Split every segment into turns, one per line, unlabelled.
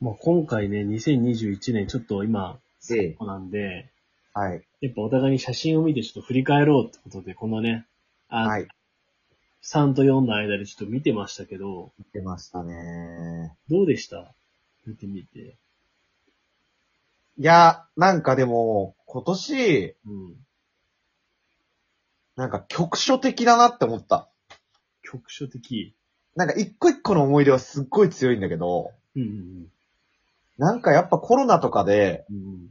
まあ、今回ね、2021年ちょっと今、
ええ、
なんで、
はい、
やっぱお互いに写真を見てちょっと振り返ろうってことで、このね、あ
はい、
3と4の間でちょっと見てましたけど、
出ましたね。
どうでした見てみて。
いや、なんかでも、今年、
うん。
なんか局所的だなって思った。
局所的。
なんか一個一個の思い出はすっごい強いんだけど、
うんうん
なんかやっぱコロナとかで、
うん。うん、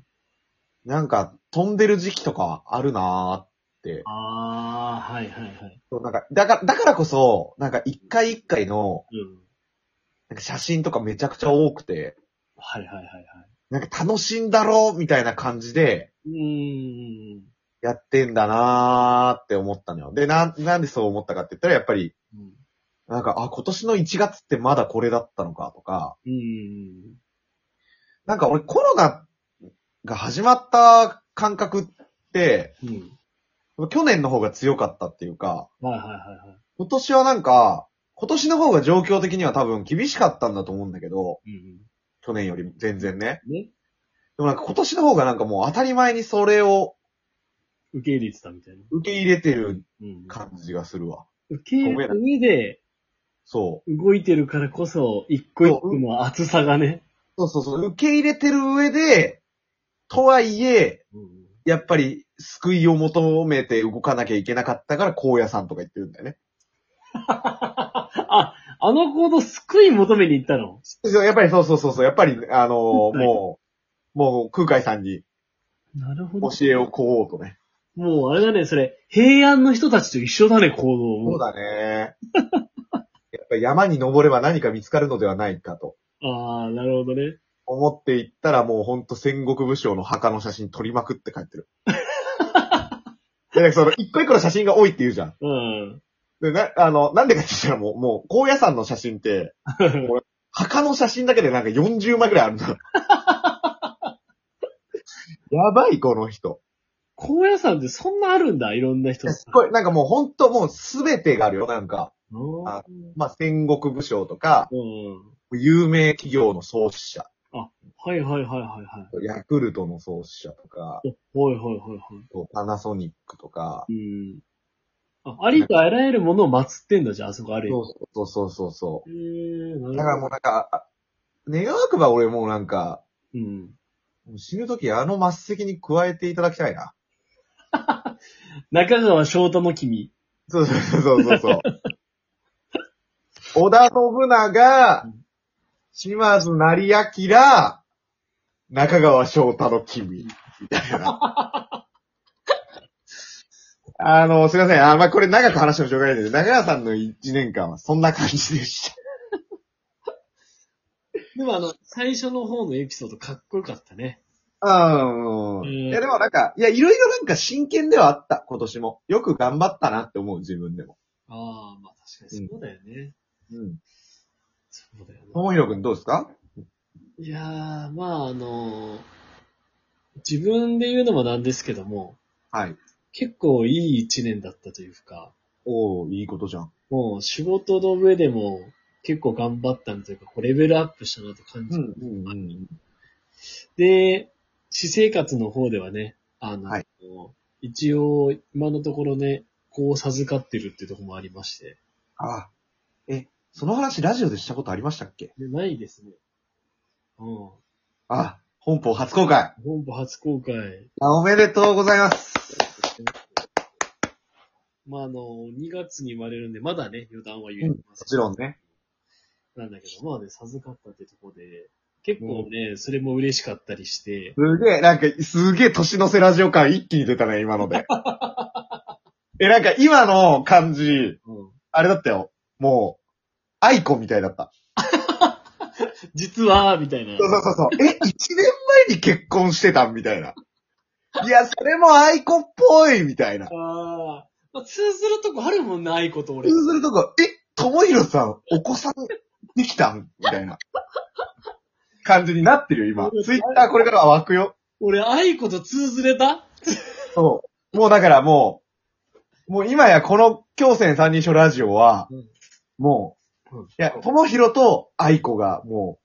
なんか飛んでる時期とかあるなーって。
あー、はいはいはい。
そうなんか、だから、だからこそ、なんか一回一回の、
うん。
なんか写真とかめちゃくちゃ多くて、
はいはいはいはい。
なんか楽しんだろうみたいな感じで、
うーん。
やってんだなーって思ったのよ。で、なん、なんでそう思ったかって言ったら、やっぱり、
うん。
なんか、あ、今年の1月ってまだこれだったのかとか、
うん。
なんか俺コロナが始まった感覚って、
うん。
去年の方が強かったっていうか、
はいはいはいは
今年はなんか、今年の方が状況的には多分厳しかったんだと思うんだけど、
い。うん
去年より全然ね。
うん。ね
でもなんか今年の方がなんかもう当たり前にそれを
受け入れてたみたいな。
受け入れてる
うん。
感じがするわ。
受け入れた上で
そう。
動いてるからこそ、一個一個の厚さがね。
そうそうそう。受け入れてる上で、とはいえ、
うん。
やっぱり救いを求めて動かなきゃいけなかったから、荒野さんとか言ってるんだよね。
あ、あの行動救い求めに行ったの
そうやっぱりそうそうそうそう、やっぱり、あのー
はい
もう、もう空海さんに
なるほど
教。えをこおうとね。
もうあれだね、それ、平安の人たちと一緒だね、行動も。
そうだね。 やっぱり山に登れば何か見つかるのではないかと
ああ、なるほどね。
思っていったら、もうほんと戦国武将の墓の写真撮りまくって 帰ってる。で、なんかその、一個一個の写真が多いって言うじゃん。
うん。
で、な、 あの、なんでかって言ったらもう、もう、荒野山の写真って、 墓の写真だけでなんか40枚ぐらいあるんだ。 やばい、この人。
高野山ってそんなあるんだ、いろんな人。
すごい、なんかもうほんともうすべてがあるよ、なんか。
うん
あまあ、戦国武将とか、
うん。
有名企業の創始者、
はいはいはいはいは
ヤクルトの創始者とか、
い。おはいはいはいは
パナソニックとか、
い。うん。あ、ありとあらゆるものを祀ってんだじゃん、あそこある
そ
よ。
うそうそうそうそ
へえー、なるほ
う。
ど。
だからもうなんか、あ願わくば俺もうなんか、
うん。
もう死ぬときあの末席に加えていただきたいな。
中川翔太の君。
そうそうそうそうそう。織田信長、島津成明、中川翔太の君、 みたいな。あの、すいません。あ、まあ、これ長く話してもしょうがないんで、中川さんの一年間はそんな感じでした。
でもあの、最初の方のエピソードかっこよかったね。
うん。いや、でもなんか、いや、いろいろなんか真剣ではあった、今年も。よく頑張ったなって思う、自分でも。
ああ、まあ確かにそうだよね。
うん。
そうだよね。
ともひろくんどうですか
いやー、まああのー自分で言うのもなんですけども、
はい。
結構いい一年だったというか、
おー、いいことじゃん。
もう仕事の上でも結構頑張ったというか、こうレベルアップしたなと感じ、
うん、うん。
で、私生活の方ではね、あの、
はい
一応今のところね、こう授かってるっていうところもありまして、
あ、え、その話ラジオでしたことありましたっけ
でないですね。うん。
あ、本邦初公開。
本部初公開。
あおめでとうございます。
まあ、あの、2月に生まれるんで、まだね、余談は言えませ
もちろんね。
なんだけど、まあね、授かったってとこで、結構ね、それも嬉しかったりして、
すげえ、なんか、すげえ年の瀬ラジオ感一気に出たね、今ので。え、なんか今の感じ、
うん。
あれだったよ。もう、アイコンみたいだった。
実は、みたいな。
そうそうそうそう。え、一年前に結婚してたみたいな。いや、それもアイコンっぽいみたいな。
ああ。まあ、通ずるとこあるもんな、いこと俺。
通ずるとこ、え、ともひろさん、お子さんできたんみたいな感じになってるよ、今。ツイッターこれからは湧くよ。
俺、愛子と通ずれた
そう。もうだからもう、もう今やこの京戦三人称ラジオは、
うん
もう、いや、
うん
ともひろと愛子がも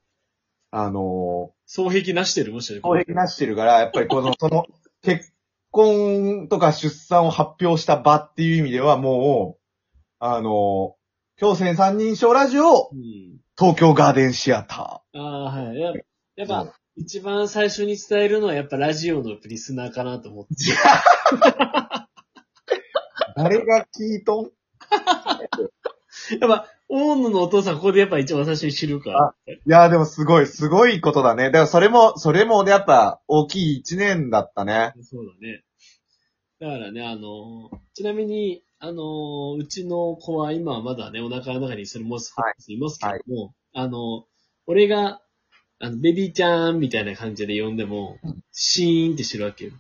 あの
双璧なしてる、もしかして。
公平なしてるから、やっぱりこ の、その、結婚とか出産を発表した場っていう意味ではもう、あの京戦三人称ラジオ、
うん。
東京ガーデンシアタ
ああー、はい。やや
ー。
っぱ、一番最初に伝えるのは、やっぱラジオのリスナーかなと思って。
誰が聞いとん
やっぱ、大野のお父さん、ここでやっぱ一番最初に知るから。
いやーでもすごい、すごいことだね。だからそれも、それもねやっぱ大きい一年だったね。
そうだね。だからね、あのー、ちなみに、あのー、うちの子は今はまだね、お腹の中にそれもす
はい
ますけども、あのー、俺が、あの、ベビーちゃんみたいな感じで呼んでも、シーンってしてるわ けよ。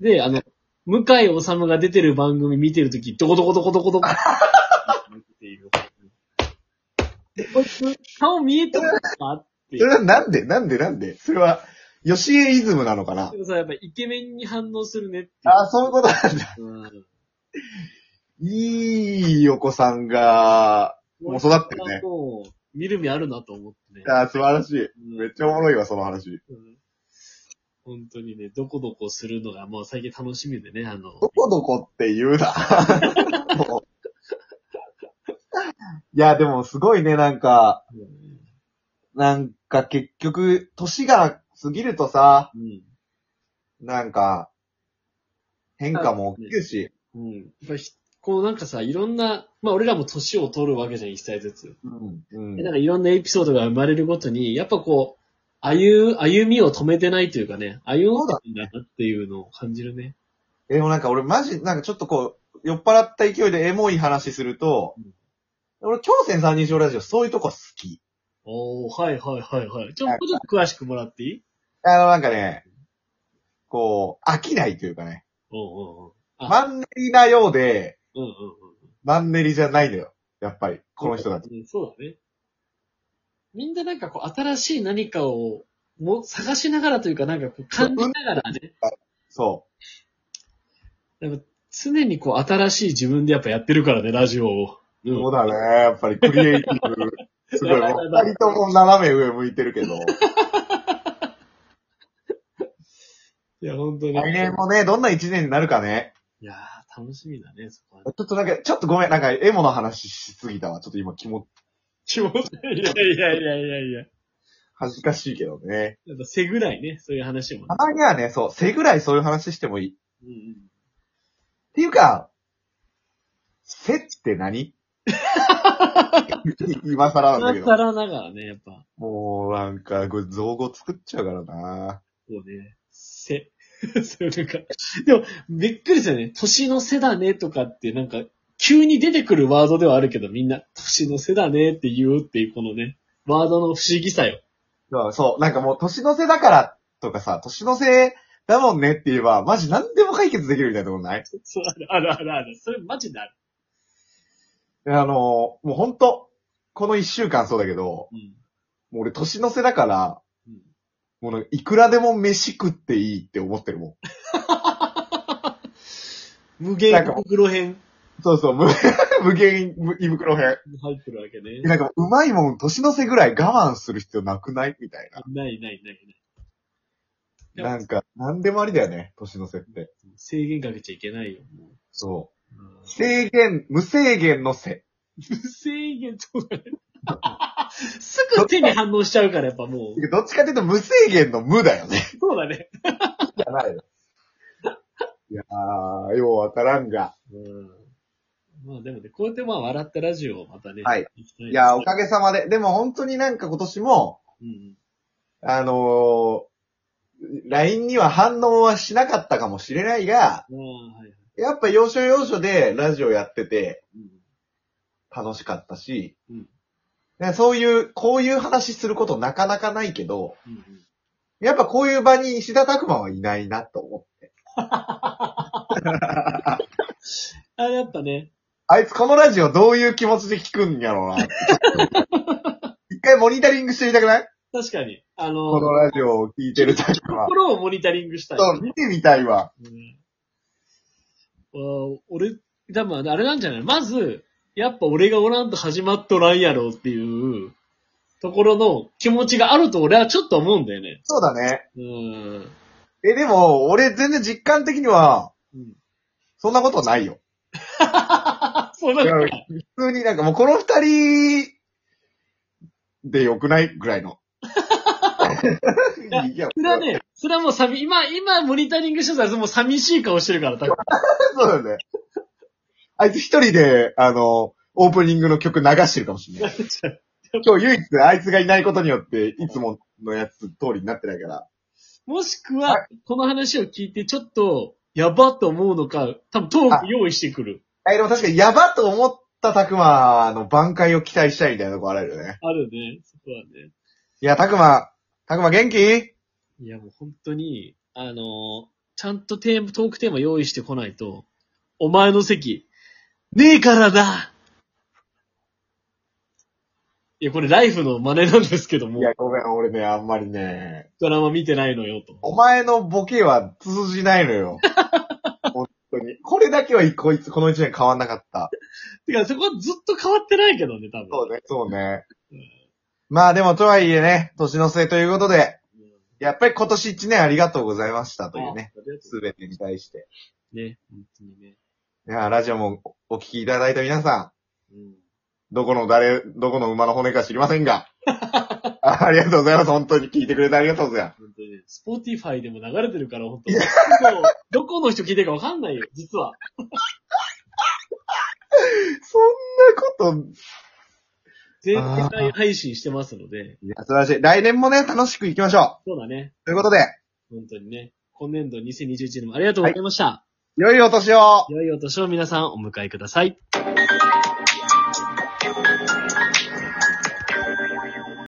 で、あの、向井治が出てる番組見てるとき、どこどこどこどこどこっていう。でこいつ、顔見えてるかって
それはなんでなんでなんでそれは、吉江イズムなのかな
でもさ、やっぱイケメンに反応するねっていう。
あーそういうことなんだ。
うん
いいお子さんが、もう育ってるね
もう、見る目あるなと思ってね。
あー素晴らしい。
うん
めっちゃおもろいわ、その話。
うん本当にね、どこどこするのがもう最近楽しみでね、あの、
どこどこって言うな。 もういや、でもすごいね、なんか、
うん
なんか結局、年が過ぎるとさ、
うん。
なんか、変化も大きいし、
うん。やっぱひこうなんかさ、いろんな、まあ俺らも年を取るわけじゃん、一歳ずつ。
うん。う
でなん
ん。
かいろんなエピソードが生まれるごとに、やっぱこう、歩、歩みを止めてないというかね、歩んでるんだなっていうのを感じるね。
え、でもなんか俺マジ、なんかちょっとこう、酔っ払った勢いでエモい話すると、
うん
俺、京戦三人称ラジオ、そういうとこ好き。
おー、はいはいはいはい。ちょ、もうちょっと詳しくもらっていい
あの、なんかね、こう、飽きないというかね、
おうおうおう。あ
マンネリなようで、
うんうんうん。
マンネリじゃないのよ。やっぱり、この人たち。
うんそうだね。みんななんかこう、新しい何かを、も、探しながらというか、なんかこう、感じながらね、
そ
なんか常にこう、新しい自分でやっぱやってるからね、ラジオを。う
う。
ん
そうだね。やっぱりクリエイティブ。 すごい。
やばいやばい
二人とも斜め上向いてるけ ど。
いや、本当に。
来年もね、どんな一年になるかね。
いやー、楽しみだね、そこはね。
ちょっとなんか、ちょっとごめん。なんか、エモの話しすぎたわ。ちょっと今、気も、
気持ちいい。いやいやいやいやいや。
恥ずかしいけどね。
やっぱ背ぐらいね、そういう話もね
た。まにはね、そう、背ぐらいそういう話してもいい。っ
うんうん。
ていうか、背って何 今更なんだけ
今 更
ど。
ながらね、やっぱ、
もう、なんか、これ、造語作っちゃうからな。
こうね、背。 そうなんか、でも、びっくりしたよね。年の瀬だねとかって、なんか、急に出てくるワードではあるけど、みんな、年の瀬だねって言うっていう、このね、ワードの不思議さよ。
そう、そう、なんかもう年の瀬だからとかさ、年の瀬だもんねって言えば、マジ何でも解決できるみたいなとこない
そう、あるあるあるある。それマジである。
あのー、もうほんと、この一週間そうだけど、
うん。
もう俺年の瀬だから、
うん、
もうなんかいくらでも飯食っていいって思ってるも
無
なん
限
か
黒編
ん。そうそう、無 無限胃袋編。
入ってるわけね。
なんかうまいもん年の瀬ぐらい我慢する必要なくないみたい
ないないない
な。
な。
ないんか、なんでもありだよね、年の瀬って。
制限かけちゃいけないよ、もう。
そ
うん
う。制限、無制限の瀬。
無 制限とかね。 すぐ手に反応しちゃうから、やっぱもう。
どっちかというと無制限の無だよね。
そうだね。
じゃないよ。いやー、ようわからんが。
うん。まあでもね、こうやってまあ笑ったラジオをまたね。
はい。
行きたい
いやー、おかげさまで。でも本当になんか今年も、
うん。
あのー、LINE には反応はしなかったかもしれないが、
うん。ああ、はいはい。
やっぱ要所要所でラジオやってて
う
楽しかったし、
ん。うん。
ねそういう、こういう話することなかなかないけど、
うんうん。
やっぱこういう場に石田拓馬はいないなと思って。
あ、やっぱね。
あいつこのラジオどういう気持ちで聞くんやろうなって。一回モニタリングしてみたくない
確かに。あの
このラジオを聞いてる時は。
心をモニタリングしたい。
そう、見てみたいわ。
うんあ俺、多分あれなんじゃないまず、やっぱ俺がおらんと始まっとらんやろっていう、ところの気持ちがあると俺はちょっと思うんだよね。
そうだね。
うん。
え、でも、俺全然実感的には、
うん
そんなことないよ。
あ、そうなん
いや
だ。
普通になんかもうこの二人で良くないぐらいの。 いや、
それはね、それはもう寂、今、今、モニタリングしてたらもう寂しい顔してるから、多分。
そうだね。あいつ一人で、あの、オープニングの曲流してるかもしれ ない。今日唯一あいつがいないことによって、いつものやつ通りになってないから。
もしくは、この話を聞いて、ちょっと、やばと思うのか、多分トーク用意してくる。
え、でも確かにやばと思ったたくまの挽回を期待したいみたいなとこあるよね。
あるね、そこはね。
いや、たくま、たくま元気
いや、もう本当に、あのーちゃんとテーマ、トークテーマ用意してこないと、お前の席、ねえからだいや、これライフの真似なんですけども、
いや、ごめん、俺ね、あんまりね、
ドラマ見てないのよ、と。
お前のボケは通じないのよ。本当に。これだけはこいつ、この一年変わんなかった。
てか、そこはずっと変わってないけどね、多分。
そうね、そうね
うん。
まあでも、とはいえね、年の瀬ということで、やっぱり今年一年ありがとうございましたというね、
あ。ありがとう
すべてに対して。
ね、本当にね。
いや、ラジオもおお聞きいただいた皆さ
うん。
ん、どこの誰、どこの馬の骨か知りませんが、あありがとうございます。本当に聞いてくれてありがとうございます。
本当にね、スポーティファイでも流れてるから、本当に。 そうどこの人聞いてるかわかんないよ、実は。
そんなこと、
全世界配信してますので、
いや、素晴らしい。来年もね、楽しく行きましょ
そうだね。
う。ということで、
本当にね。今年度2021年もありがとうございました。
良いお年を
良いお年を皆さんお迎えください。